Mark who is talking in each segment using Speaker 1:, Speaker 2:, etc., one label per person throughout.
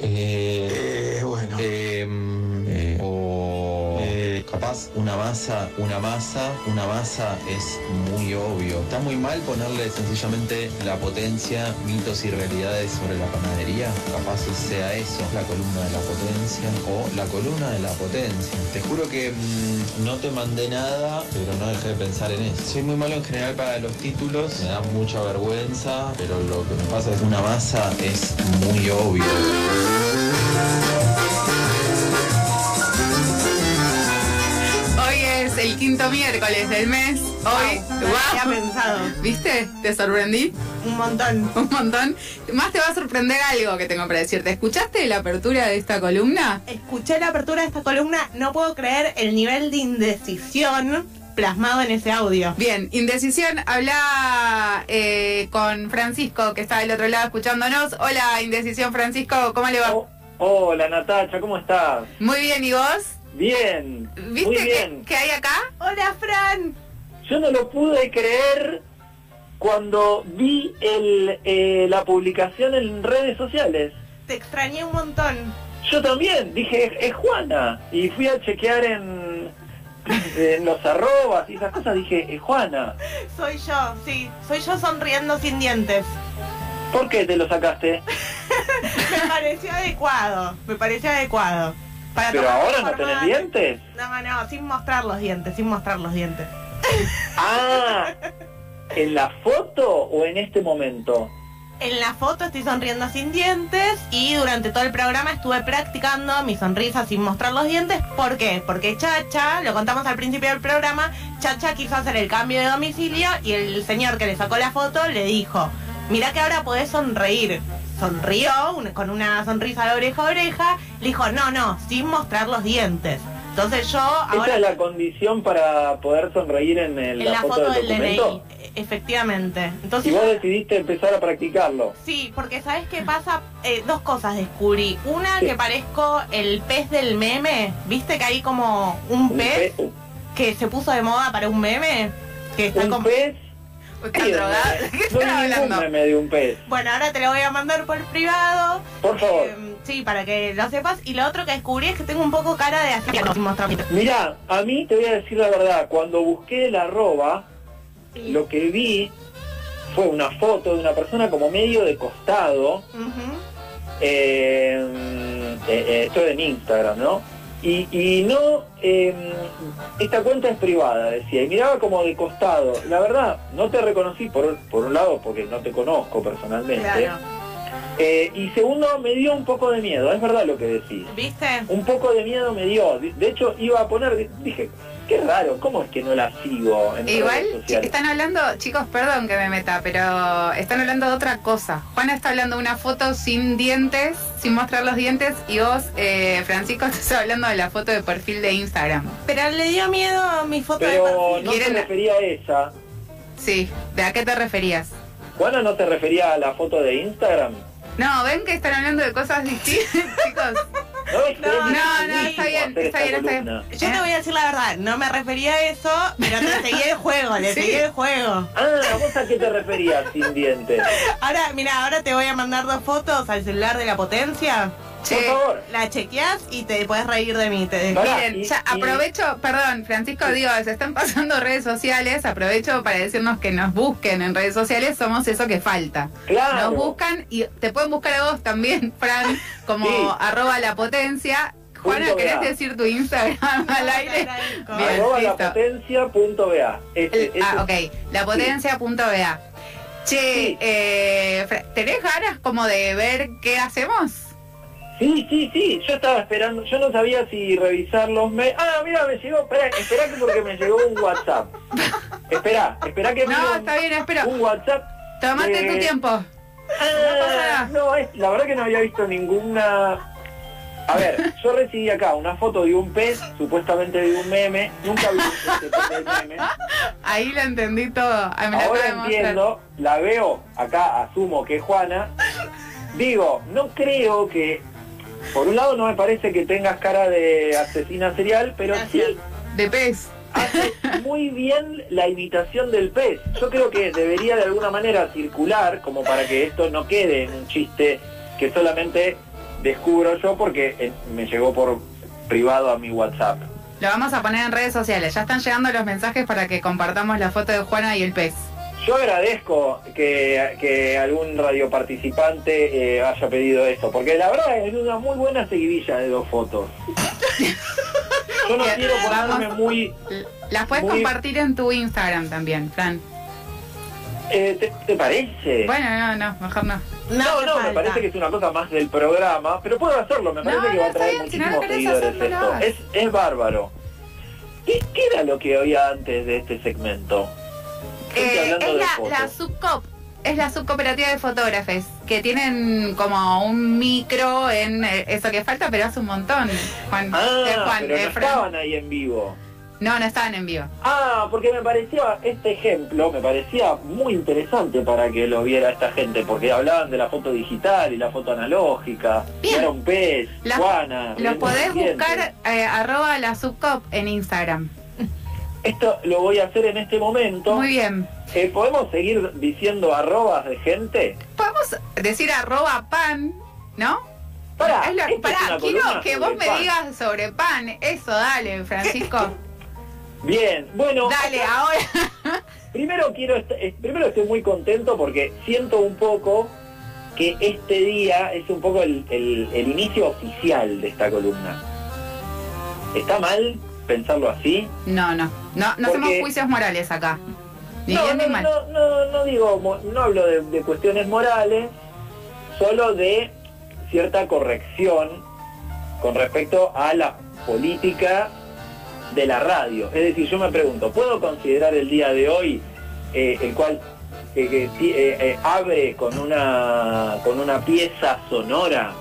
Speaker 1: Eh, mm, Además, eh, una masa, una masa, una masa es muy obvio. Está muy mal ponerle sencillamente la potencia, mitos y realidades sobre la panadería. Capaz sea eso, la columna de la potencia o la columna de la potencia. Te juro que mm, no te mandé nada, pero no dejé de pensar en eso. Soy muy malo en general para los títulos, me da mucha vergüenza, pero lo que me pasa es que una masa es muy obvio.
Speaker 2: Hoy es el quinto miércoles del mes. Hoy,
Speaker 3: Wow, no lo había
Speaker 2: wow.
Speaker 3: pensado.
Speaker 2: ¿Viste? ¿Te sorprendí?
Speaker 3: Un montón.
Speaker 2: Un montón. Más te va a sorprender algo que tengo para decirte. ¿Escuchaste la apertura de esta columna?
Speaker 3: Escuché la apertura de esta columna, no puedo creer el nivel de indecisión plasmado en ese audio.
Speaker 2: Bien, Indecisión, habla eh, con Francisco, que está del otro lado escuchándonos. Hola, Indecisión, Francisco, ¿cómo le va?
Speaker 4: Oh, hola Natacha, ¿cómo estás?
Speaker 2: Muy bien, ¿y vos?
Speaker 4: Bien, muy
Speaker 2: ¿Viste que,
Speaker 4: bien.
Speaker 2: que hay acá?
Speaker 3: Hola, Fran.
Speaker 4: Yo no lo pude creer cuando vi el, eh, la publicación en redes sociales.
Speaker 3: Te extrañé un montón.
Speaker 4: Yo también, dije, es, es Juana. Y fui a chequear en, eh, en los arrobas y esas cosas, dije, es Juana.
Speaker 3: Soy yo, sí. Soy yo sonriendo sin dientes.
Speaker 4: ¿Por qué te lo sacaste?
Speaker 3: Me pareció adecuado. Me pareció adecuado. Para
Speaker 4: ¿Pero
Speaker 3: tomar
Speaker 4: ahora
Speaker 3: un
Speaker 4: no tenés
Speaker 3: formato.
Speaker 4: dientes?
Speaker 3: No, no, sin mostrar los dientes, sin mostrar los dientes.
Speaker 4: Ah, ¿en la foto o en este momento?
Speaker 3: En la foto estoy sonriendo sin dientes y durante todo el programa estuve practicando mi sonrisa sin mostrar los dientes. ¿Por qué? Porque Chacha, lo contamos al principio del programa, Chacha quiso hacer el cambio de domicilio y el señor que le sacó la foto le dijo, mirá que ahora podés sonreír. Sonrió un- con una sonrisa de oreja a oreja, le dijo, no, no, sin mostrar los dientes. Entonces yo
Speaker 4: ¿Esa
Speaker 3: ahora
Speaker 4: es la condición para poder sonreír en, el-
Speaker 3: en la foto del DNI,
Speaker 4: documento?
Speaker 3: e- efectivamente.
Speaker 4: Y
Speaker 3: Entonces
Speaker 4: vos decidiste empezar a practicarlo.
Speaker 3: Sí, porque ¿sabes qué pasa? Eh, dos cosas descubrí. Una,
Speaker 4: Sí.
Speaker 3: que parezco el pez del meme. ¿Viste que hay como un
Speaker 4: Un
Speaker 3: pez
Speaker 4: pez,
Speaker 3: que se puso de moda para un meme? Que está
Speaker 4: un
Speaker 3: como-
Speaker 4: pez.
Speaker 2: ¿Estás
Speaker 4: sí,
Speaker 2: drogada?
Speaker 4: un meme.
Speaker 2: ¿Qué
Speaker 4: eh. no
Speaker 2: estás
Speaker 4: hay ningún
Speaker 2: hablando?
Speaker 4: meme de un pez.
Speaker 3: Bueno, ahora te lo voy a mandar por privado.
Speaker 4: Por favor.
Speaker 3: Eh, sí, para que lo sepas. Y lo otro que descubrí es que tengo un poco cara de asiático sin mostrar mi-
Speaker 4: Mirá, a mí te voy a decir la verdad. Cuando busqué el arroba, lo que vi fue una foto de una persona como medio de costado.
Speaker 3: Ujú.
Speaker 4: eh, eh, eh, esto en Instagram, ¿no? Y, y no, eh, esta cuenta es privada, decía, y miraba como de costado. La verdad, no te reconocí, por, por un lado, porque no te conozco personalmente,
Speaker 3: Claro.
Speaker 4: Eh, y segundo, me dio un poco de miedo, es verdad lo que decís.
Speaker 3: ¿Viste?
Speaker 4: Un poco de miedo me dio, de de hecho iba a poner, dije, qué raro, ¿cómo es que no la sigo en
Speaker 2: Eh, Igual,
Speaker 4: redes
Speaker 2: chi-
Speaker 4: sociales?
Speaker 2: están hablando, chicos, perdón que me meta, pero están hablando de otra cosa. Juana está hablando de una foto sin dientes, sin mostrar los dientes, y vos, eh, Francisco, estás hablando de la foto de perfil de Instagram.
Speaker 3: Pero le dio miedo mi foto de
Speaker 4: Pero
Speaker 3: perfil.
Speaker 4: no se
Speaker 2: Quieren-
Speaker 4: refería a esa.
Speaker 2: Sí, ¿de a qué te referías?
Speaker 4: Juana no se refería a la foto de Instagram.
Speaker 2: No, ven que están hablando de cosas distintas, chicos.
Speaker 4: No, es-
Speaker 3: No,
Speaker 4: es
Speaker 3: no,
Speaker 4: dificilísimo
Speaker 3: no, está
Speaker 2: bien,
Speaker 4: hacer
Speaker 2: está
Speaker 4: esta
Speaker 2: bien, está bien.
Speaker 4: columna.
Speaker 3: Yo te voy a decir la verdad, no me refería a eso, pero te seguí el juego, le
Speaker 2: Sí.
Speaker 3: seguí el juego.
Speaker 4: Ah, ¿vos a qué te referías, sin dientes?
Speaker 3: Ahora, mira, ahora te voy a mandar dos fotos al celular de la potencia.
Speaker 4: Por
Speaker 2: Che,
Speaker 4: favor.
Speaker 3: La chequeás y te podés reír de mí. Te...
Speaker 4: Pará,
Speaker 2: Miren,
Speaker 4: y-
Speaker 2: ya
Speaker 4: y-
Speaker 2: aprovecho, perdón, Francisco, digo, se están pasando redes sociales, aprovecho para decirnos que nos busquen en redes sociales, somos eso que falta.
Speaker 4: Claro.
Speaker 2: Nos buscan y te pueden buscar a vos también, Fran, como
Speaker 4: Sí.
Speaker 2: arroba la potencia. Juana,
Speaker 4: Punto
Speaker 2: ¿querés
Speaker 4: BA.
Speaker 2: decir tu Instagram al
Speaker 3: No, te
Speaker 2: aire?
Speaker 3: agradezco.
Speaker 2: Bien,
Speaker 4: Arroba
Speaker 2: listo.
Speaker 4: la potencia punto Este, BA. Ese-
Speaker 2: El-
Speaker 4: ese-
Speaker 2: ah, ok, la potencia.va. Che,
Speaker 4: eh, Sí.
Speaker 2: eh, Fra- ¿tenés ganas como de ver qué hacemos?
Speaker 4: Sí, sí, sí. Yo estaba esperando. Yo no sabía si revisar los mails. Ah, mira, me llegó. Esperá, esperá que porque me llegó un WhatsApp. Esperá, esperá que me
Speaker 2: No,
Speaker 4: un,
Speaker 2: está bien, espero.
Speaker 4: un WhatsApp.
Speaker 2: Tomate tu
Speaker 4: Uh, eh,
Speaker 2: tiempo.
Speaker 4: Ah,
Speaker 2: pasa nada.
Speaker 4: no, es, la verdad que no había visto ninguna... A ver, yo recibí acá una foto de un pez, supuestamente de un meme. Nunca vi este pez del meme.
Speaker 2: Ahí la entendí todo. Ay, me la
Speaker 4: Ahora
Speaker 2: acaba de mostrar.
Speaker 4: entiendo, la veo acá, asumo que es Juana. Digo, no creo que, por un lado no me parece que tengas cara de asesina serial, pero sí
Speaker 2: De pez.
Speaker 4: haces muy bien la imitación del pez. Yo creo que debería de alguna manera circular, como para que esto no quede en un chiste que solamente descubro yo porque eh, me llegó por privado a mi WhatsApp.
Speaker 2: Lo vamos a poner en redes sociales. Ya están llegando los mensajes para que compartamos la foto de Juana y el pez.
Speaker 4: Yo agradezco que, que algún radioparticipante eh, haya pedido esto, porque la verdad es una muy buena seguidilla de dos fotos. Yo no
Speaker 2: Bien,
Speaker 4: quiero ponerme
Speaker 2: vamos.
Speaker 4: muy...
Speaker 2: Las puedes
Speaker 4: Muy-
Speaker 2: compartir en tu Instagram también, Fran.
Speaker 4: eh, ¿te, te parece?
Speaker 2: Bueno, no, no, mejor no.
Speaker 4: No,
Speaker 3: hace
Speaker 4: no, me
Speaker 3: falta.
Speaker 4: parece que es una cosa más del programa, pero puedo hacerlo, me
Speaker 2: No,
Speaker 4: parece que va
Speaker 2: no,
Speaker 4: a traer
Speaker 2: está bien, si no lo
Speaker 4: muchísimos
Speaker 2: querés
Speaker 4: seguidores
Speaker 2: hacer, no lo
Speaker 4: esto.
Speaker 2: hagas.
Speaker 4: Es, es bárbaro. ¿Qué, qué era lo que había antes de este segmento? Gente
Speaker 2: Eh,
Speaker 4: hablando
Speaker 2: es
Speaker 4: de
Speaker 2: la,
Speaker 4: fotos.
Speaker 2: la subcop, es la subcooperativa de fotógrafos, que tienen como un micro en eh, eso que falta, pero hace un montón. Juan, eh,
Speaker 4: Ah,
Speaker 2: Juan,
Speaker 4: pero
Speaker 2: eh,
Speaker 4: no
Speaker 2: Fran.
Speaker 4: estaban ahí en vivo.
Speaker 2: no, no estaban en vivo.
Speaker 4: Ah, porque me parecía este ejemplo, me parecía muy interesante para que lo viera esta gente, porque hablaban de la foto digital y la foto analógica,
Speaker 2: Bien.
Speaker 4: y era un pez,
Speaker 2: La-
Speaker 4: Juana.
Speaker 2: Los
Speaker 4: riendo
Speaker 2: podés
Speaker 4: los dientes.
Speaker 2: buscar eh, arroba la subcop en Instagram.
Speaker 4: Esto lo voy a hacer en este momento.
Speaker 2: Muy bien.
Speaker 4: Eh, ¿Podemos seguir diciendo arrobas de gente?
Speaker 2: Podemos decir arroba pan, ¿no?
Speaker 4: Pará,
Speaker 2: Es la-
Speaker 4: esta es
Speaker 2: pará,
Speaker 4: una
Speaker 2: quiero
Speaker 4: columna
Speaker 2: que
Speaker 4: sobre
Speaker 2: vos me
Speaker 4: pan.
Speaker 2: digas sobre pan. Eso, dale, Francisco.
Speaker 4: Bien, bueno,
Speaker 2: Dale,
Speaker 4: acá-
Speaker 2: ahora.
Speaker 4: primero quiero est- eh, primero estoy muy contento porque siento un poco que este día es un poco el, el- el inicio oficial de esta columna. ¿Está mal pensarlo así?
Speaker 2: No, no. No, no hacemos
Speaker 4: Porque-
Speaker 2: juicios morales acá. Ni
Speaker 4: no,
Speaker 2: bien ni
Speaker 4: no,
Speaker 2: mal.
Speaker 4: no, no, no digo, mo- no hablo de, de cuestiones morales, solo de cierta corrección con respecto a la política de la radio. Es decir, yo me pregunto, ¿puedo considerar el día de hoy eh, el cual eh, que ti- eh, eh, abre con una con una pieza sonora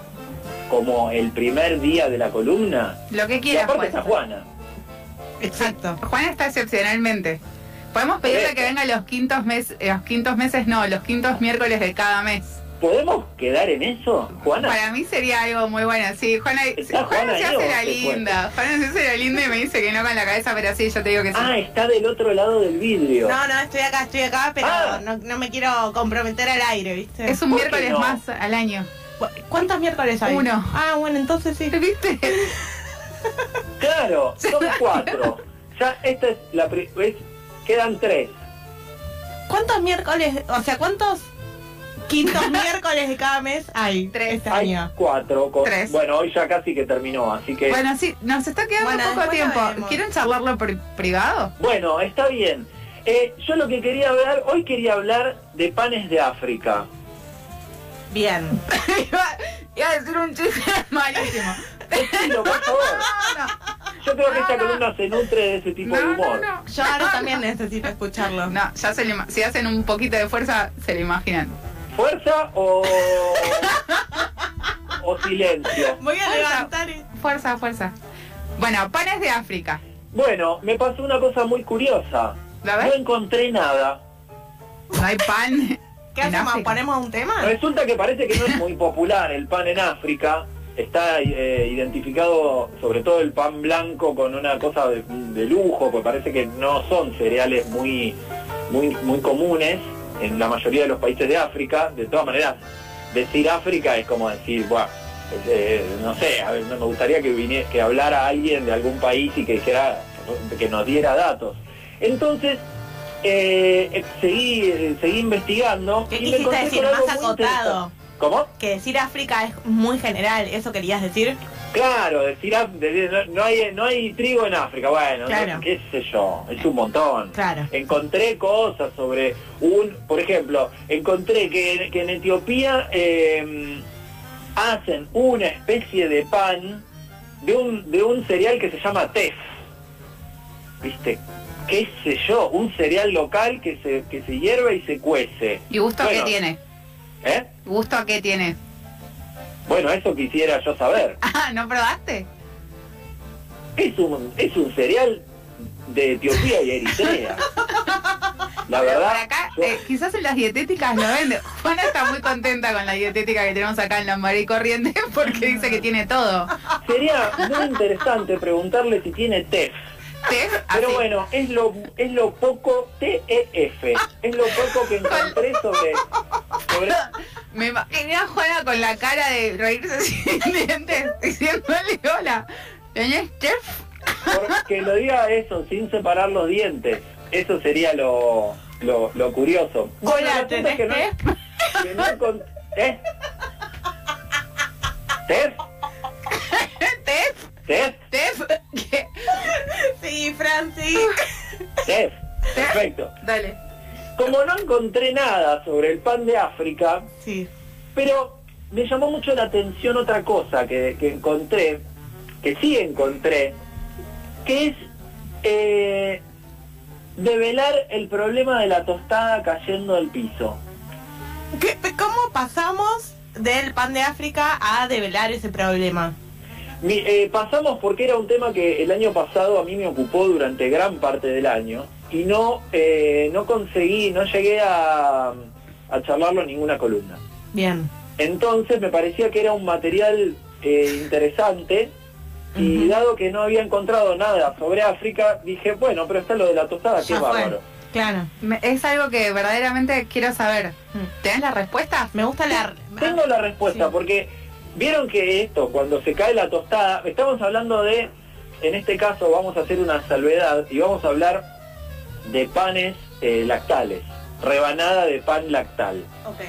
Speaker 4: como el primer día de la columna?
Speaker 2: Lo que
Speaker 4: Y
Speaker 2: quieras,
Speaker 4: aparte
Speaker 2: pues.
Speaker 4: está Juana.
Speaker 3: Exacto.
Speaker 2: Juana está excepcionalmente. Podemos pedirle
Speaker 4: Correcto.
Speaker 2: que venga los quintos meses, los quintos meses no, los quintos miércoles de cada mes.
Speaker 4: ¿Podemos quedar en eso, Juana?
Speaker 2: Para mí sería algo muy bueno. Sí, Juana,
Speaker 4: ¿Está
Speaker 2: Juana se
Speaker 4: Juana ahí
Speaker 2: hace
Speaker 4: o
Speaker 2: la
Speaker 4: se fue?
Speaker 2: linda. Juana se hace la linda y me dice que no con la cabeza, pero sí, yo te digo que sí.
Speaker 4: Ah, está del otro lado del vidrio.
Speaker 3: No, no, estoy acá, estoy acá, pero
Speaker 4: Ah.
Speaker 3: no, no me quiero comprometer al aire, ¿viste?
Speaker 2: es un
Speaker 4: ¿por qué
Speaker 2: miércoles
Speaker 4: no?
Speaker 2: más al año.
Speaker 3: ¿Cu- ¿Cuántos miércoles hay?
Speaker 2: Uno.
Speaker 3: Ah, bueno, entonces sí.
Speaker 2: ¿Viste?
Speaker 4: Eh. Claro, son cuatro. Ya esta es la pri- es- quedan tres.
Speaker 3: ¿Cuántos miércoles, o sea, cuántos quintos miércoles de cada mes hay
Speaker 2: Tres.
Speaker 3: este
Speaker 4: Hay
Speaker 3: año?
Speaker 4: cuatro. con-
Speaker 2: Tres.
Speaker 4: Bueno, hoy ya casi que terminó, así que bueno,
Speaker 2: Bueno, sí, nos está quedando
Speaker 3: Bueno,
Speaker 2: poco
Speaker 3: después lo
Speaker 2: tiempo.
Speaker 3: vemos.
Speaker 2: ¿Quieren charlarlo por privado?
Speaker 4: está bien. Eh, yo lo que quería hablar hoy quería hablar de panes de África.
Speaker 3: Bien.
Speaker 2: iba, iba a decir un chiste malísimo.
Speaker 4: Decilo, por favor.
Speaker 2: No,
Speaker 4: Yo creo que esta
Speaker 2: No, no.
Speaker 4: columna se nutre de ese tipo
Speaker 2: no, no,
Speaker 4: de
Speaker 2: no,
Speaker 4: humor.
Speaker 2: no.
Speaker 3: Yo ahora también necesito escucharlo.
Speaker 2: No, ya se le ima- si hacen un poquito de fuerza, se lo imaginan.
Speaker 4: Fuerza o o silencio.
Speaker 3: Voy a
Speaker 2: Fuerza.
Speaker 3: levantar y-
Speaker 2: Fuerza, fuerza. Bueno, panes de África.
Speaker 4: Bueno, me pasó una cosa muy curiosa.
Speaker 2: ¿La
Speaker 4: No
Speaker 2: ves?
Speaker 4: encontré nada.
Speaker 2: No hay pan.
Speaker 3: ¿Qué
Speaker 2: en
Speaker 3: hacemos?
Speaker 2: África.
Speaker 3: ¿Ponemos un tema?
Speaker 4: Resulta que parece que no es muy popular el pan en África. Está eh, identificado sobre todo el pan blanco con una cosa de, de lujo, porque parece que no son cereales muy, muy, muy comunes en la mayoría de los países de África. De todas maneras, decir África es como decir, Buah, eh, no sé, a ver, me gustaría que, viniera, que hablara alguien de algún país y que dijera, que nos diera datos. Entonces, eh, eh, seguí, eh, seguí investigando.
Speaker 3: ¿Qué
Speaker 4: y me
Speaker 3: quisiste
Speaker 4: encontré
Speaker 3: decir?
Speaker 4: con algo
Speaker 3: Más
Speaker 4: muy
Speaker 3: acotado.
Speaker 4: interesante. ¿Cómo?
Speaker 3: Que decir África es muy general, ¿eso querías decir?
Speaker 4: Claro, decir, Af- de- de- no, no hay, no hay trigo en África, bueno, no-
Speaker 3: Claro.
Speaker 4: qué sé yo, es un montón.
Speaker 3: Claro.
Speaker 4: Encontré cosas sobre un, por ejemplo, encontré que, que en Etiopía eh, hacen una especie de pan de un, de un cereal que se llama tef. ¿Viste? ¿Qué sé yo? Un cereal local que se, que se hierve y se cuece.
Speaker 2: ¿Y gusto
Speaker 4: Bueno.
Speaker 2: qué tiene?
Speaker 4: ¿Eh?
Speaker 2: ¿Gusto a qué tiene?
Speaker 4: Bueno, eso quisiera yo saber.
Speaker 2: Ah, ¿no probaste?
Speaker 4: Es un, es un cereal de Etiopía y Eritrea. La verdad,
Speaker 2: Por acá,
Speaker 4: yo-
Speaker 2: eh, quizás en las dietéticas lo venden. Juana está muy contenta con la dietética que tenemos acá en la Mare y Corriente porque dice que tiene todo.
Speaker 4: sería muy interesante preguntarle si tiene TEF.
Speaker 2: Té, así.
Speaker 4: Pero bueno, es lo, es lo poco TEF. Es lo poco que encontré sobre... sobre-
Speaker 2: Me imaginé a Juana con la cara de reírse sin dientes diciéndole hola. ¿Tenés chef?
Speaker 4: por- que lo diga eso, sin separar los dientes. Eso sería lo, lo, lo curioso.
Speaker 3: Cola,
Speaker 4: el asunto es que no,
Speaker 3: ¿tenés
Speaker 4: que no encon- ¿Eh? ¿Tef?
Speaker 2: Tef,
Speaker 4: ¿Tef?
Speaker 2: Tef, ¿qué?
Speaker 3: Sí, Francis.
Speaker 4: ¿Tef?
Speaker 2: Tef.
Speaker 4: Perfecto.
Speaker 2: Dale.
Speaker 4: Como no encontré nada sobre el pan de África,
Speaker 3: Sí.
Speaker 4: Pero me llamó mucho la atención otra cosa que, que encontré, que sí encontré, que es eh, develar el problema de la tostada cayendo al piso.
Speaker 3: ¿Qué- ¿Cómo pasamos del pan de África a develar ese problema?
Speaker 4: Mi- eh, pasamos porque era un tema que el año pasado a mí me ocupó durante gran parte del año y no, eh, no conseguí, no llegué a, a charlarlo en ninguna columna.
Speaker 3: Bien.
Speaker 4: Entonces me parecía que era un material eh, interesante y
Speaker 3: Ujú.
Speaker 4: dado que no había encontrado nada sobre África, dije, bueno, pero está lo de la tostada, qué
Speaker 3: Ya fue.
Speaker 4: bárbaro.
Speaker 3: Claro.
Speaker 2: Me- Es algo que verdaderamente quiero saber.
Speaker 4: Mm.
Speaker 2: ¿Tenés la respuesta?
Speaker 3: Me gusta la...
Speaker 4: Tengo la respuesta,
Speaker 3: Sí.
Speaker 4: porque vieron que esto, cuando se cae la tostada, estamos hablando de, en este caso vamos a hacer una salvedad y vamos a hablar de panes eh, lactales, rebanada de pan lactal.
Speaker 3: Ah, Ok.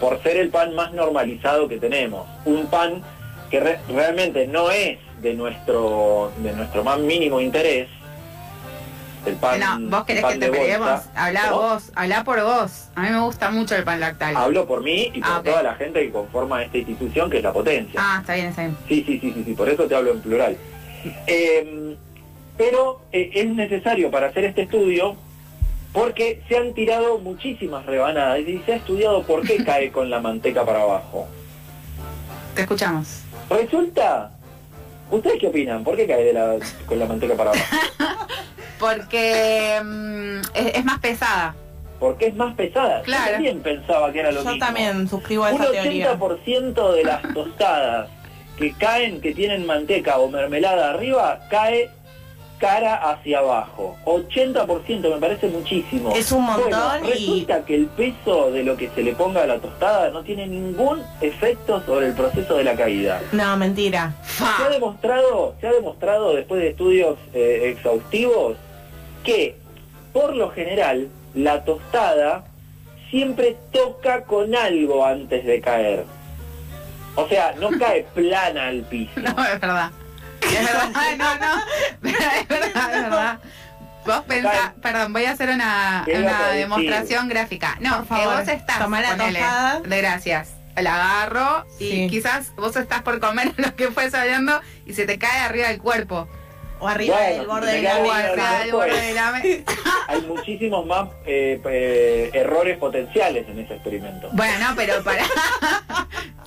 Speaker 4: por ser el pan más normalizado que tenemos. Un pan que re- realmente no es de nuestro, de nuestro más mínimo interés. El pan,
Speaker 2: no, vos querés
Speaker 4: pan
Speaker 2: que
Speaker 4: de
Speaker 2: te
Speaker 4: bolsa.
Speaker 2: peleemos. Hablá
Speaker 4: ¿Cómo?
Speaker 2: vos, hablá por vos. A mí me gusta mucho el pan lactal.
Speaker 4: Hablo por mí y por
Speaker 2: Ah, ok.
Speaker 4: toda la gente que conforma esta institución que es la potencia.
Speaker 2: Ah, está bien, está bien.
Speaker 4: Sí, sí, sí, sí, sí, por eso te hablo en plural. Eh, pero eh, es necesario para hacer este estudio porque se han tirado muchísimas rebanadas y se ha estudiado por qué cae con la manteca para abajo.
Speaker 2: Te escuchamos.
Speaker 4: Resulta. ¿Ustedes qué opinan? ¿Por qué cae de la, con la manteca para abajo?
Speaker 2: Porque mm, es, es más pesada.
Speaker 4: Porque es más pesada.
Speaker 2: Claro.
Speaker 4: Yo también pensaba que era lo
Speaker 3: Yo
Speaker 4: mismo.
Speaker 3: también suscribo a
Speaker 4: Un
Speaker 3: esa teoría.
Speaker 4: 80% de las tostadas que caen, que tienen manteca o mermelada arriba, cae cara hacia abajo. 80% me parece muchísimo.
Speaker 3: Es un montón
Speaker 4: Bueno,
Speaker 3: y-
Speaker 4: resulta que el peso de lo que se le ponga a la tostada no tiene ningún efecto sobre el proceso de la caída.
Speaker 3: No, mentira.
Speaker 2: Fa.
Speaker 4: Se ha demostrado, se ha demostrado después de estudios eh, exhaustivos que por lo general la tostada siempre toca con algo antes de caer. O sea, no cae plana al piso.
Speaker 2: No, es verdad. Es verdad, no, no. Es verdad, es verdad. Vos pensás, perdón, voy a hacer una,
Speaker 4: ¿Qué ibas
Speaker 2: una
Speaker 4: a decir?
Speaker 2: demostración gráfica. No,
Speaker 3: Por favor,
Speaker 2: eh, vos estás.
Speaker 3: tomá la
Speaker 2: ponele,
Speaker 3: tostada.
Speaker 2: de gracias. La agarro y
Speaker 3: Sí.
Speaker 2: quizás vos estás por comer lo que fuese hablando y se te cae arriba del cuerpo.
Speaker 3: O arriba
Speaker 4: Bueno,
Speaker 3: del
Speaker 4: si
Speaker 3: borde
Speaker 4: te
Speaker 3: de
Speaker 4: cae
Speaker 3: la
Speaker 4: bien
Speaker 2: O
Speaker 4: al
Speaker 2: arriba
Speaker 3: mesa.
Speaker 2: del
Speaker 4: cuerpo,
Speaker 2: borde
Speaker 4: eh.
Speaker 2: de la me-
Speaker 4: Hay muchísimos más eh, eh, errores potenciales en ese experimento.
Speaker 2: Bueno, no, pero para.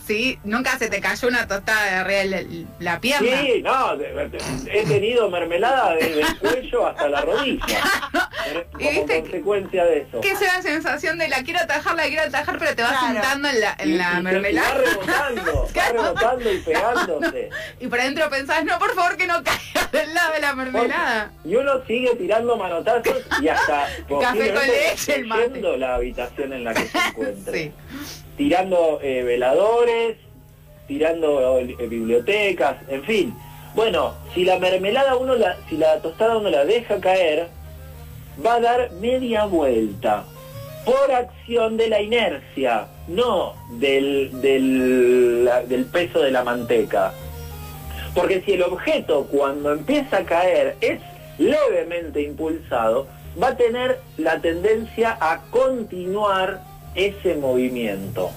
Speaker 2: sí, nunca se te cayó una tostada de arriba de la la pierna.
Speaker 4: Sí, no, de- de- he tenido mermelada desde el cuello hasta la rodilla.
Speaker 2: Y
Speaker 4: Pero Como
Speaker 2: viste que-
Speaker 4: consecuencia de eso.
Speaker 2: Que es la sensación de la quiero atajar, la quiero atajar, pero te vas
Speaker 3: Claro.
Speaker 2: juntando en la, en
Speaker 4: Y-
Speaker 2: la
Speaker 4: y se-
Speaker 2: mermelada.
Speaker 4: Va rebotando, va
Speaker 2: Claro.
Speaker 4: rebotando y pegándose.
Speaker 2: Y por adentro pensás, no, por favor, que no caiga del lado de la mermelada.
Speaker 4: Y uno sigue tirando manotazos y hasta posiblemente
Speaker 2: leche, el mate.
Speaker 4: destruyendo la habitación en la que se encuentra.
Speaker 2: Sí.
Speaker 4: Tirando eh, veladores, tirando eh, bibliotecas, en fin. Bueno, si la mermelada uno la, si la tostada uno la deja caer, va a dar media vuelta por acción de la inercia, no del, del, la- del peso de la manteca. Porque si el objeto cuando empieza a caer es levemente impulsado, va a tener la tendencia a continuar ese movimiento.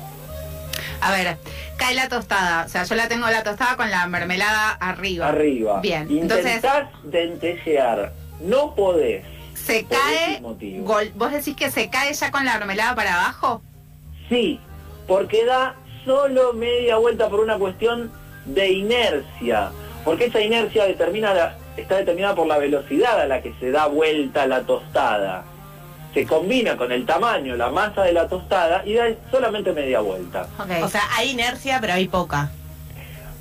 Speaker 2: A ver, cae la tostada. O sea, yo la tengo la tostada con la mermelada arriba.
Speaker 4: Arriba.
Speaker 2: Bien, entonces
Speaker 4: Intentás dentellear. No podés.
Speaker 2: se
Speaker 4: por
Speaker 2: cae.
Speaker 4: X motivo.
Speaker 2: gol- ¿Vos decís que se cae ya con la mermelada para abajo?
Speaker 4: Sí, porque da solo media vuelta por una cuestión de inercia. Porque esa inercia determina la- está determinada por la velocidad a la que se da vuelta la tostada. Se combina con el tamaño, la masa de la tostada y da solamente media vuelta.
Speaker 2: Ok.
Speaker 3: O sea, hay inercia, pero hay poca.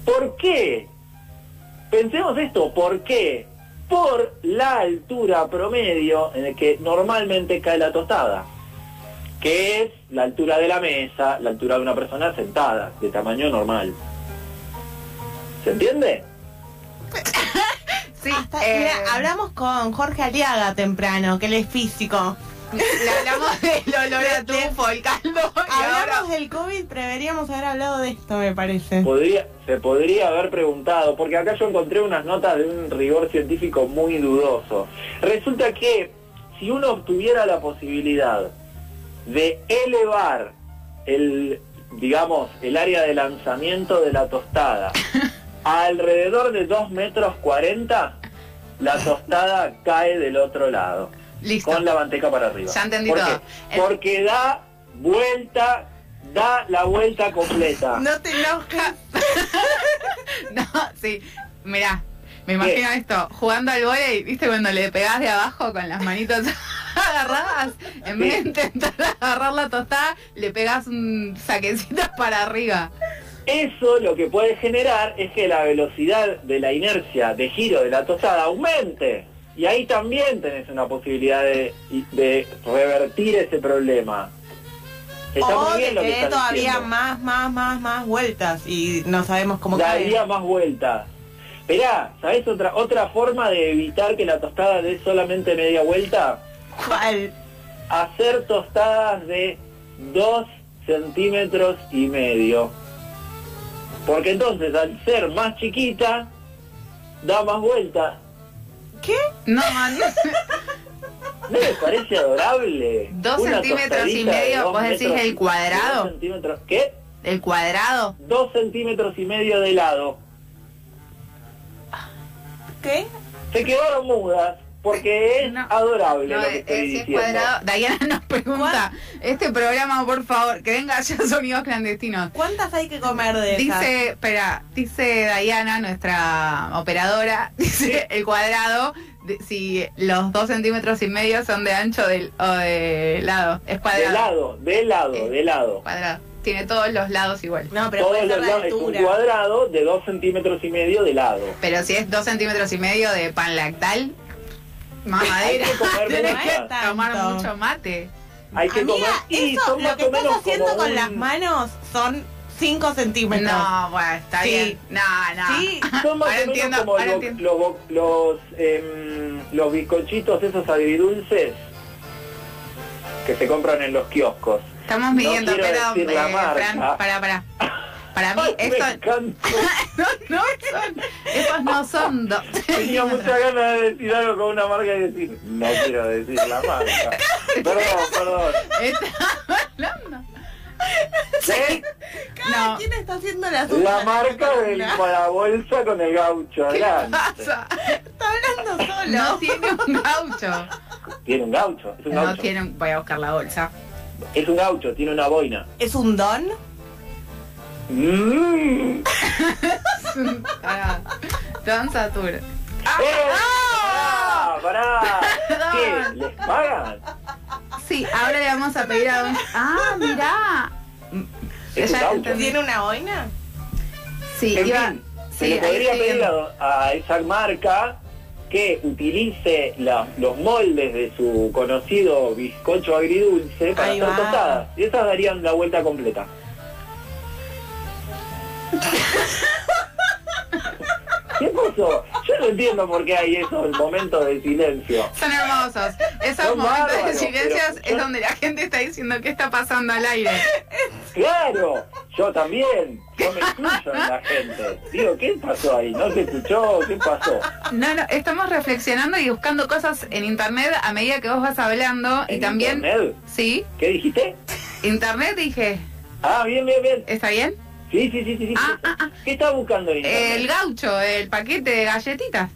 Speaker 4: ¿Por qué? Pensemos esto, ¿por qué? Por la altura promedio en el que normalmente cae la tostada, que es la altura de la mesa, la altura de una persona sentada, de tamaño normal. ¿Se entiende?
Speaker 2: Sí,
Speaker 3: Hasta-
Speaker 2: eh,
Speaker 3: mira, hablamos con Jorge Aliaga temprano, que él es físico.
Speaker 2: le hablamos del olor a
Speaker 3: De- de-
Speaker 2: tufo, el caldo. y
Speaker 3: Hablamos
Speaker 2: ahora-
Speaker 3: del COVID, pero deberíamos haber hablado de esto, me parece.
Speaker 4: Podría, se podría haber preguntado, porque acá yo encontré unas notas de un rigor científico muy dudoso. Resulta que si uno obtuviera la posibilidad de elevar el, digamos, el área de lanzamiento de la tostada a alrededor de 2 metros 40, la tostada cae del otro lado,
Speaker 2: Listo.
Speaker 4: con la manteca para arriba.
Speaker 2: Ya entendí
Speaker 4: ¿Por
Speaker 2: todo.
Speaker 4: qué? Porque da vuelta, da la vuelta completa.
Speaker 3: No te enojas.
Speaker 2: No, sí. Mirá, me imagino
Speaker 4: Eh.
Speaker 2: esto, jugando al volei, ¿viste cuando le pegás de abajo con las manitos agarradas? En vez de intentar agarrar la tostada, le pegás un saquecito para arriba.
Speaker 4: Eso lo que puede generar es que la velocidad de la inercia de giro de la tostada aumente. Y ahí también tenés una posibilidad de, de revertir ese problema. Está
Speaker 3: O
Speaker 4: muy
Speaker 3: que
Speaker 4: bien lo que
Speaker 3: te dé
Speaker 4: estás
Speaker 3: todavía
Speaker 4: diciendo.
Speaker 3: más, más, más, más vueltas y no sabemos cómo cae.
Speaker 4: Daría más vueltas. Esperá, ¿sabés otra, otra forma de evitar que la tostada dé solamente media vuelta?
Speaker 3: ¿Cuál?
Speaker 4: Hacer tostadas de 2 centímetros y medio. Porque entonces al ser más chiquita, da más vueltas.
Speaker 3: ¿Qué?
Speaker 2: No, no.
Speaker 4: ¿No les parece adorable?
Speaker 2: Dos
Speaker 4: Una
Speaker 2: centímetros y
Speaker 4: tostadita de
Speaker 2: medio,
Speaker 4: dos
Speaker 2: vos decís
Speaker 4: metros-
Speaker 2: el cuadrado.
Speaker 4: dos centímetros- ¿Qué?
Speaker 2: El cuadrado.
Speaker 4: Dos centímetros y medio de lado.
Speaker 3: ¿Qué?
Speaker 4: Se quedaron mudas porque es
Speaker 2: No.
Speaker 4: adorable
Speaker 2: No,
Speaker 4: lo que
Speaker 2: eh,
Speaker 4: estoy
Speaker 2: si es
Speaker 4: diciendo.
Speaker 2: cuadrado. Diana nos pregunta, este programa, por favor, que venga ya sonidos clandestinos.
Speaker 3: ¿Cuántas hay que comer de esas?
Speaker 2: Dice, espera, dice Diana, nuestra operadora, dice el cuadrado, de- si los dos centímetros y medio son de ancho del, o de lado, es
Speaker 4: De
Speaker 2: cuadrado.
Speaker 4: lado, de lado,
Speaker 2: Eh,
Speaker 4: de lado.
Speaker 2: Cuadrado. Tiene todos los lados igual.
Speaker 3: No, pero
Speaker 4: Todos
Speaker 3: puede ser
Speaker 4: los
Speaker 3: la
Speaker 4: lados es un
Speaker 3: altura.
Speaker 4: cuadrado de dos centímetros y medio de lado.
Speaker 2: Pero si es dos centímetros y medio de pan lactal,
Speaker 4: Hay
Speaker 2: mamadera,
Speaker 4: que comer
Speaker 3: Tenés
Speaker 4: muchas.
Speaker 3: que- Tanto.
Speaker 2: tomar mucho mate.
Speaker 4: Hay que comer.
Speaker 3: Amiga,
Speaker 4: y
Speaker 3: Ah, eso,
Speaker 4: son
Speaker 3: lo
Speaker 4: más
Speaker 3: que
Speaker 4: o
Speaker 3: estás
Speaker 4: menos
Speaker 3: haciendo
Speaker 4: como
Speaker 3: con
Speaker 4: un-
Speaker 3: las manos son 5 centímetros.
Speaker 2: No, bueno, está
Speaker 3: Sí.
Speaker 2: bien. No, no.
Speaker 3: Sí,
Speaker 4: Son
Speaker 2: Ahora
Speaker 4: más o menos
Speaker 2: entiendo,
Speaker 4: como
Speaker 2: ahora
Speaker 4: lo-
Speaker 2: entiendo.
Speaker 4: lo bo- los, em, los bizcochitos esos agridulces que se compran en los kioscos.
Speaker 2: Estamos
Speaker 4: No
Speaker 2: midiendo,
Speaker 4: quiero
Speaker 2: pero
Speaker 4: decir la marca.
Speaker 2: para, para. Para mí
Speaker 4: Ay,
Speaker 2: esto
Speaker 4: me encanta.
Speaker 2: no, no son, esos no son dos.
Speaker 4: Tenía muchas ganas de decir algo con una marca y decir, no quiero decir la marca. Perdón, perdón.
Speaker 2: Estaba hablando.
Speaker 4: ¿Eh?
Speaker 3: cada
Speaker 2: No.
Speaker 3: quien está haciendo la suya.
Speaker 4: La marca del,
Speaker 3: Está
Speaker 4: con la bolsa con el gaucho adelante.
Speaker 2: Pasa.
Speaker 3: hablando solo.
Speaker 2: No tiene un gaucho.
Speaker 4: Tiene un gaucho, es un
Speaker 2: No
Speaker 4: gaucho.
Speaker 2: tiene un- Voy a buscar la bolsa.
Speaker 4: Es un gaucho, tiene una boina.
Speaker 3: ¿Es un don?
Speaker 4: Mm.
Speaker 2: Pará. Don Satur. Ah,
Speaker 4: ¡Eh!
Speaker 2: ah.
Speaker 4: ¡Pará! ¡Pará! ¿Qué? ¿Les pagan?
Speaker 2: Sí, ahora le vamos a pedir a Don. Ah, mirá.
Speaker 4: Es un
Speaker 2: Ya
Speaker 4: gaucho.
Speaker 2: entendí.
Speaker 3: ¿Tiene una boina?
Speaker 2: Sí,
Speaker 4: En
Speaker 2: iba.
Speaker 4: fin, se
Speaker 2: Sí,
Speaker 4: le
Speaker 2: ahí
Speaker 4: podría
Speaker 2: estoy
Speaker 4: pedir
Speaker 2: viendo.
Speaker 4: a, a esa marca que utilice la- los moldes de su conocido bizcocho agridulce para
Speaker 3: Ahí
Speaker 4: hacer
Speaker 3: va.
Speaker 4: tostadas. Y esas darían la vuelta completa. ¿Qué pasó? Yo no entiendo por qué hay esos momentos de silencio.
Speaker 2: Son hermosos. Esos
Speaker 4: Son
Speaker 2: momentos de
Speaker 4: bárbaros,
Speaker 2: silencios
Speaker 4: pero-
Speaker 2: es donde la gente está diciendo qué está pasando al aire.
Speaker 4: Claro, yo también. Yo me escucho en la gente. Digo, ¿qué pasó ahí? ¿No se escuchó? ¿Qué pasó?
Speaker 2: No, no, estamos reflexionando y buscando cosas en internet a medida que vos vas hablando Ah, y
Speaker 4: ¿En
Speaker 2: también.
Speaker 4: internet?
Speaker 2: Sí,
Speaker 4: ¿Qué dijiste?
Speaker 2: internet dije.
Speaker 4: Ah, bien, bien, bien.
Speaker 2: ¿Está bien?
Speaker 4: Sí, sí, sí, sí. sí.
Speaker 2: Ah, ah, ah.
Speaker 4: ¿Qué está buscando en internet?
Speaker 2: El gaucho, el paquete de galletitas.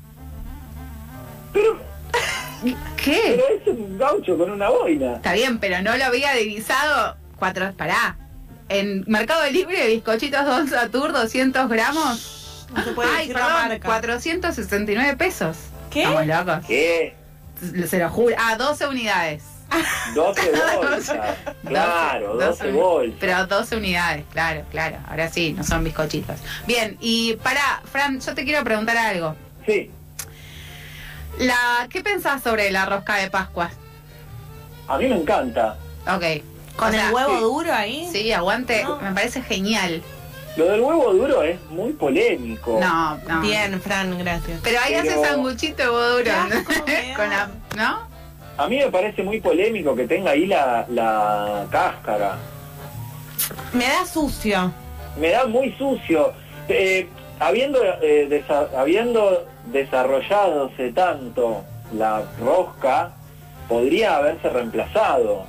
Speaker 4: Pero,
Speaker 2: ¿Qué?
Speaker 4: pero es un gaucho con una boina.
Speaker 2: Está bien, pero no lo había divisado. Cuatro, pará. En Mercado Libre, bizcochitos Don Satur, 200 gramos.
Speaker 3: No se puede
Speaker 2: Ay,
Speaker 3: decir la
Speaker 2: perdón, Ah,
Speaker 3: marca.
Speaker 2: 469 pesos.
Speaker 3: ¿Qué?
Speaker 2: Estamos locos.
Speaker 4: ¿Qué?
Speaker 2: Se lo juro. Ah, 12 unidades.
Speaker 4: 12 bolsas. Claro,
Speaker 2: 12,
Speaker 4: 12 bolsas.
Speaker 2: Pero 12 unidades, claro, claro. Ahora sí, no son bizcochitos. Bien, y para, Fran, yo te quiero preguntar algo.
Speaker 4: Sí.
Speaker 2: La, ¿Qué pensás sobre la rosca de Pascua?
Speaker 4: A mí me encanta.
Speaker 2: Ok.
Speaker 3: ¿Con
Speaker 2: O sea,
Speaker 3: el huevo
Speaker 4: sí.
Speaker 3: duro ahí?
Speaker 2: Sí, aguante,
Speaker 3: No.
Speaker 2: me parece genial.
Speaker 4: Lo del huevo duro es muy polémico.
Speaker 2: No, no.
Speaker 3: Bien, Fran, gracias.
Speaker 2: Pero ahí
Speaker 4: Oh. Pero-
Speaker 2: hace sanguchito de boduro.
Speaker 3: Qué asco, me
Speaker 2: Con la,
Speaker 3: da.
Speaker 2: ¿No?
Speaker 4: A mí me parece muy polémico que tenga ahí la, la cáscara.
Speaker 3: Me da sucio.
Speaker 4: Me da muy sucio. Eh, habiendo, eh, desa- habiendo desarrolladose tanto la rosca, podría haberse reemplazado.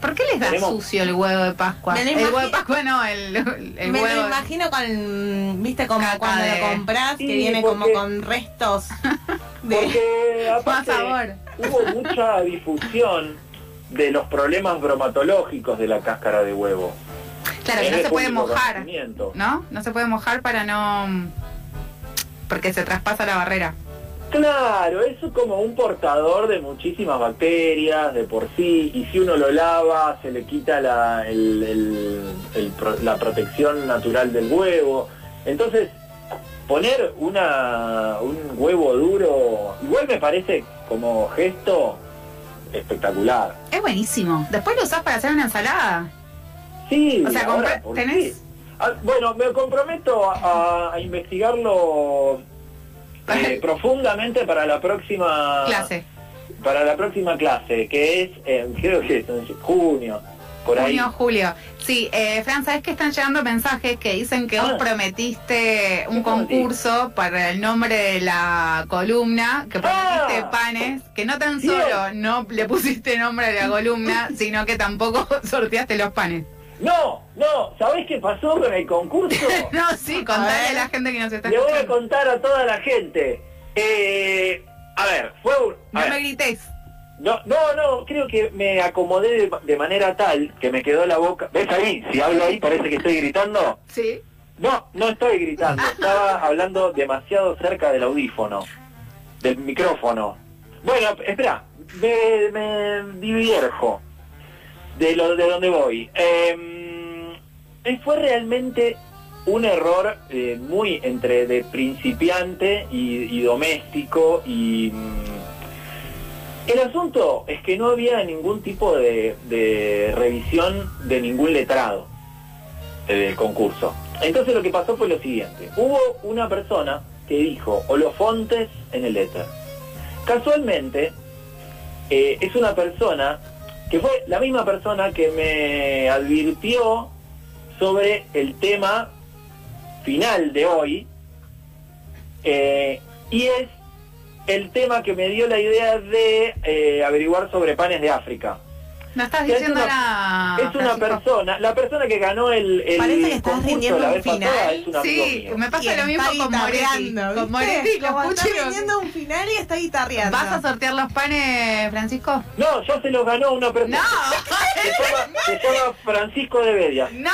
Speaker 2: ¿Por qué les da
Speaker 4: Tenemos-
Speaker 2: sucio el huevo de Pascua?
Speaker 3: Me lo
Speaker 2: el huevo de
Speaker 3: imagi-
Speaker 2: Pascua no, el, el
Speaker 3: me
Speaker 2: huevo.
Speaker 3: lo imagino con, viste, como
Speaker 2: Caca
Speaker 3: cuando
Speaker 2: de-
Speaker 3: lo compras,
Speaker 4: Sí,
Speaker 3: que viene como
Speaker 4: porque-
Speaker 3: con restos de...
Speaker 4: Porque aparte
Speaker 2: favor.
Speaker 4: hubo mucha difusión de los problemas bromatológicos de la cáscara de huevo.
Speaker 2: Claro,
Speaker 4: Es
Speaker 2: que no
Speaker 4: de
Speaker 2: se puede
Speaker 4: público
Speaker 2: mojar.
Speaker 4: conocimiento.
Speaker 2: ¿No? No se puede mojar para no. Porque se traspasa la barrera.
Speaker 4: Claro, es como un portador de muchísimas bacterias de por sí, y si uno lo lava se le quita la, el- el- el pro- la protección natural del huevo. Entonces, poner una, un huevo duro, igual me parece como gesto espectacular.
Speaker 2: Es buenísimo. Después lo usás para hacer una ensalada.
Speaker 4: Sí,
Speaker 2: O sea, compra-
Speaker 4: ahora, ¿por
Speaker 2: tenés-
Speaker 4: qué? Ah, bueno, me comprometo a, a investigarlo eh, profundamente para la próxima
Speaker 2: Clase.
Speaker 4: para la próxima clase, que es, eh, creo que es en junio, por ahí.
Speaker 2: Junio, julio. Sí, eh, Fran, sabes que están llegando mensajes que dicen que vos
Speaker 4: Ah.
Speaker 2: prometiste un
Speaker 4: ¿Qué prometí?
Speaker 2: concurso para el nombre de la columna, que prometiste
Speaker 4: Ah.
Speaker 2: panes, que no tan
Speaker 4: Bien.
Speaker 2: solo no le pusiste nombre a la columna, sino que tampoco sorteaste los panes.
Speaker 4: No, no, ¿sabés qué pasó con el concurso?
Speaker 2: No, sí, contale a,
Speaker 3: ver.
Speaker 2: la gente que nos está
Speaker 4: Le voy a
Speaker 2: escuchando.
Speaker 4: contar a toda la gente. Eh, a ver, fue un... a
Speaker 2: No
Speaker 4: ver,
Speaker 2: me grites.
Speaker 4: no, no, no, creo que me acomodé de, de manera tal que me quedó la boca... ¿Ves ahí? Si hablo ahí parece que estoy gritando.
Speaker 2: Sí.
Speaker 4: No, no estoy gritando, estaba hablando demasiado cerca del audífono, del micrófono. Bueno, espera, me, me divierjo de lo de donde voy. Em, eh, fue realmente un error eh, muy entre de principiante y, y doméstico y mm, el asunto es que no había ningún tipo de, de revisión de ningún letrado eh, del concurso. Entonces lo que pasó fue lo siguiente. Hubo una persona que dijo Holofontes en el éter. Casualmente eh, es una persona que fue la misma persona que me advirtió sobre el tema final de hoy eh, y es el tema que me dio la idea de eh, averiguar sobre panes de África.
Speaker 2: No estás
Speaker 4: Es
Speaker 2: diciendo
Speaker 4: una-
Speaker 2: nada.
Speaker 4: es una
Speaker 2: Francisco.
Speaker 4: persona, la persona que ganó el, el
Speaker 3: Ah, Parece que estás
Speaker 4: concurso
Speaker 3: rindiendo
Speaker 4: la
Speaker 3: un
Speaker 4: vez pasada
Speaker 3: final.
Speaker 4: es un amigo
Speaker 2: Sí,
Speaker 4: mío.
Speaker 2: me
Speaker 3: Y
Speaker 2: pasa lo
Speaker 3: está
Speaker 2: mismo con Moretti.
Speaker 3: guitarreando,
Speaker 2: Con
Speaker 3: ¿viste?
Speaker 2: Moretti, los
Speaker 3: Como está
Speaker 2: puchos.
Speaker 3: vendiendo un final y está guitarreando.
Speaker 2: ¿Vas a sortear los panes, Francisco?
Speaker 4: No, ya se los ganó una
Speaker 2: No,
Speaker 4: persona. Se llama, se llama Francisco de Bedia.
Speaker 2: no,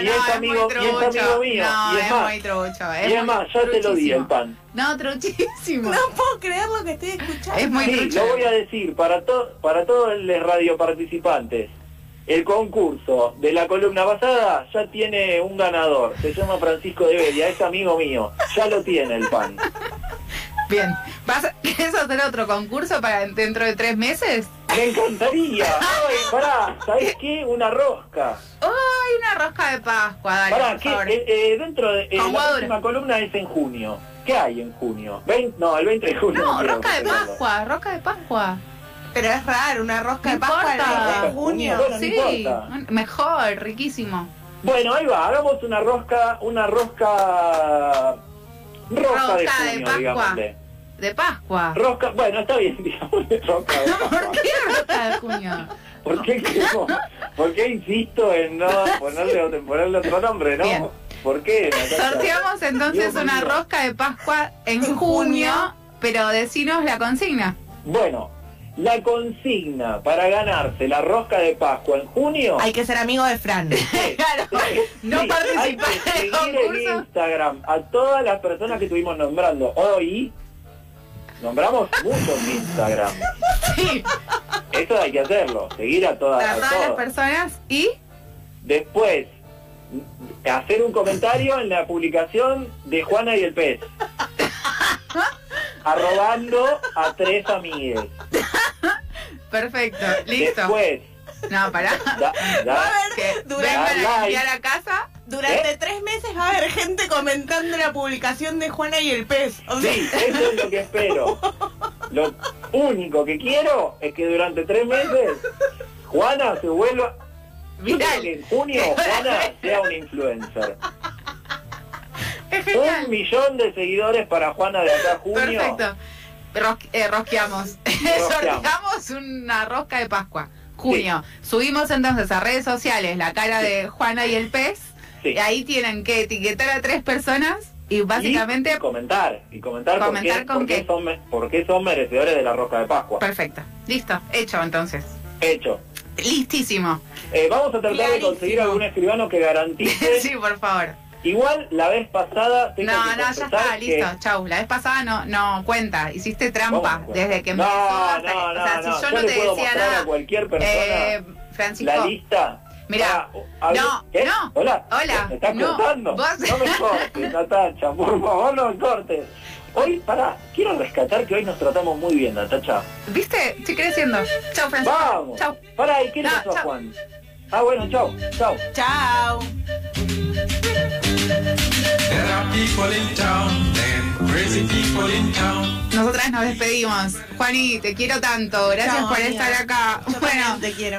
Speaker 4: Y
Speaker 2: no,
Speaker 4: es
Speaker 2: es
Speaker 4: amigo-
Speaker 2: muy
Speaker 4: y es
Speaker 2: trucho.
Speaker 4: amigo mío,
Speaker 2: No,
Speaker 4: y es
Speaker 2: es,
Speaker 4: más.
Speaker 2: muy trucho. Es
Speaker 4: Y es
Speaker 2: muy
Speaker 4: más, ya te lo di
Speaker 2: truchísimo.
Speaker 4: el pan.
Speaker 2: No, truchísimo.
Speaker 3: No puedo creer lo que estoy escuchando.
Speaker 2: Es muy
Speaker 4: Sí,
Speaker 2: trucho.
Speaker 4: lo voy a decir para, to- para todos los radioparticipantes. El concurso de la columna pasada ya tiene un ganador. Se llama Francisco de Bedia, es amigo mío. Ya lo tiene el pan.
Speaker 2: Bien. ¿Vas a querés hacer otro concurso para dentro de tres meses?
Speaker 4: Me encantaría. Ay, pará, ¿sabés qué? Una rosca.
Speaker 2: ¡Ay, una rosca de Pascua! Dale,
Speaker 4: Pará,
Speaker 2: por
Speaker 4: que
Speaker 2: favor.
Speaker 4: eh, eh, dentro de eh,
Speaker 2: Con
Speaker 4: la
Speaker 2: huevo
Speaker 4: próxima columna es en junio. ¿Qué hay en junio? Vein- no, el 20 de junio.
Speaker 2: No,
Speaker 4: creo
Speaker 2: rosca
Speaker 4: que
Speaker 2: de
Speaker 4: tengo.
Speaker 2: Pascua, rosca de Pascua.
Speaker 3: Pero es raro, una rosca
Speaker 2: No
Speaker 3: de Pascua el
Speaker 2: importa.
Speaker 3: 20 de junio.
Speaker 4: Bueno, no
Speaker 2: sí,
Speaker 4: importa.
Speaker 2: un- mejor, riquísimo.
Speaker 4: Bueno, ahí va, hagamos una rosca, una rosca rosca de
Speaker 2: Rosca de
Speaker 4: junio,
Speaker 2: Pascua.
Speaker 4: digámosle.
Speaker 2: De Pascua.
Speaker 4: Rosca, bueno, está bien, digamos rosca de
Speaker 2: ¿Por
Speaker 4: Pascua.
Speaker 2: qué rosca de junio?
Speaker 4: ¿Por qué, queremos- por qué insisto en no ponerle, otro- ponerle otro nombre, no?
Speaker 2: Bien.
Speaker 4: ¿Por qué? Natalia?
Speaker 2: Sorteamos entonces
Speaker 4: Dios mío.
Speaker 2: una rosca de Pascua en
Speaker 3: En junio.
Speaker 2: junio, pero decinos la consigna.
Speaker 4: Bueno, la consigna para ganarse la rosca de Pascua en junio
Speaker 3: Hay que ser amigo de Fran.
Speaker 2: Claro, no
Speaker 4: Sí,
Speaker 2: participar
Speaker 4: hay que
Speaker 2: del
Speaker 4: seguir en
Speaker 2: concurso.
Speaker 4: Instagram a todas las personas que estuvimos nombrando hoy. Nombramos muchos en Instagram.
Speaker 2: Sí,
Speaker 4: Eso hay que hacerlo, seguir a todas,
Speaker 2: para
Speaker 4: a
Speaker 2: todas las
Speaker 4: todos.
Speaker 2: personas y
Speaker 4: Después, hacer un comentario en la publicación de Juana y el Pez. Arrobando a tres amigues.
Speaker 2: perfecto, listo.
Speaker 4: Después,
Speaker 2: No, pará.
Speaker 4: da- da-
Speaker 2: Que
Speaker 3: Durante-
Speaker 2: vengan
Speaker 4: Dale.
Speaker 2: a limpiar a casa
Speaker 3: Durante tres meses va a haber gente comentando la publicación de Juana y el pez. O sea,
Speaker 4: Sí, eso es lo que espero. Lo único que quiero es que durante tres meses Juana se vuelva... Yo creo
Speaker 2: Viral.
Speaker 4: que en junio Juana sea una influencer.
Speaker 2: Es
Speaker 4: Un
Speaker 2: genial.
Speaker 4: millón de seguidores para Juana de acá a junio.
Speaker 2: Perfecto. Ros- eh, rosqueamos. Sorteamos una rosca de Pascua. Junio. Subimos entonces a redes sociales la cara de Juana y el pez.
Speaker 4: Sí.
Speaker 2: Y ahí tienen que etiquetar a tres personas y
Speaker 4: Y
Speaker 2: básicamente.
Speaker 4: comentar. Y comentar,
Speaker 2: Comentar
Speaker 4: por, qué,
Speaker 2: con
Speaker 4: por qué
Speaker 2: qué.
Speaker 4: son, me- por qué son merecedores de la roca de Pascua.
Speaker 2: Perfecto. Listo. Hecho entonces.
Speaker 4: Hecho.
Speaker 2: Listísimo.
Speaker 4: Eh, vamos a tratar de
Speaker 3: Clarísimo.
Speaker 4: conseguir algún escribano que garantice.
Speaker 2: sí, por favor.
Speaker 4: Igual la vez pasada tengo
Speaker 2: No,
Speaker 4: que
Speaker 2: no, ya
Speaker 4: confesar
Speaker 2: está,
Speaker 4: que-
Speaker 2: listo, chau. La vez pasada no, no cuenta, hiciste trampa
Speaker 4: ¿Cómo no cuenta?
Speaker 2: desde que
Speaker 4: No,
Speaker 2: empezó
Speaker 4: no,
Speaker 2: hasta que-
Speaker 4: no,
Speaker 2: o sea, si
Speaker 4: no.
Speaker 2: yo,
Speaker 4: Yo
Speaker 2: no
Speaker 4: le
Speaker 2: te
Speaker 4: puedo
Speaker 2: decía
Speaker 4: mostrar a
Speaker 2: nada.
Speaker 4: cualquier persona
Speaker 2: eh, Francisco,
Speaker 4: la lista.
Speaker 2: mirá,
Speaker 4: Ah, a ver,
Speaker 2: no,
Speaker 4: ¿qué?
Speaker 2: no,
Speaker 4: Hola,
Speaker 2: hola,
Speaker 4: ¿me estás
Speaker 2: no,
Speaker 4: cortando?
Speaker 2: vos-
Speaker 4: No me cortes, Natacha, por favor, no me cortes. Hoy, pará, quiero rescatar que hoy nos tratamos muy bien, Natacha.
Speaker 2: ¿viste? Estoy creciendo. Chau, Francisco.
Speaker 4: ¡Vamos!
Speaker 2: Chau.
Speaker 4: Pará, ¿y qué le
Speaker 2: No,
Speaker 4: pasó a
Speaker 2: chau.
Speaker 4: Juan? Ah, bueno, chau, chau.
Speaker 3: chao.
Speaker 5: There are people in town, and crazy people in town.
Speaker 2: Nosotras nos despedimos. Juani, te quiero tanto. Gracias
Speaker 3: Chao,
Speaker 2: por
Speaker 3: amiga.
Speaker 2: estar acá.
Speaker 3: Yo también
Speaker 2: Bueno.
Speaker 3: te quiero.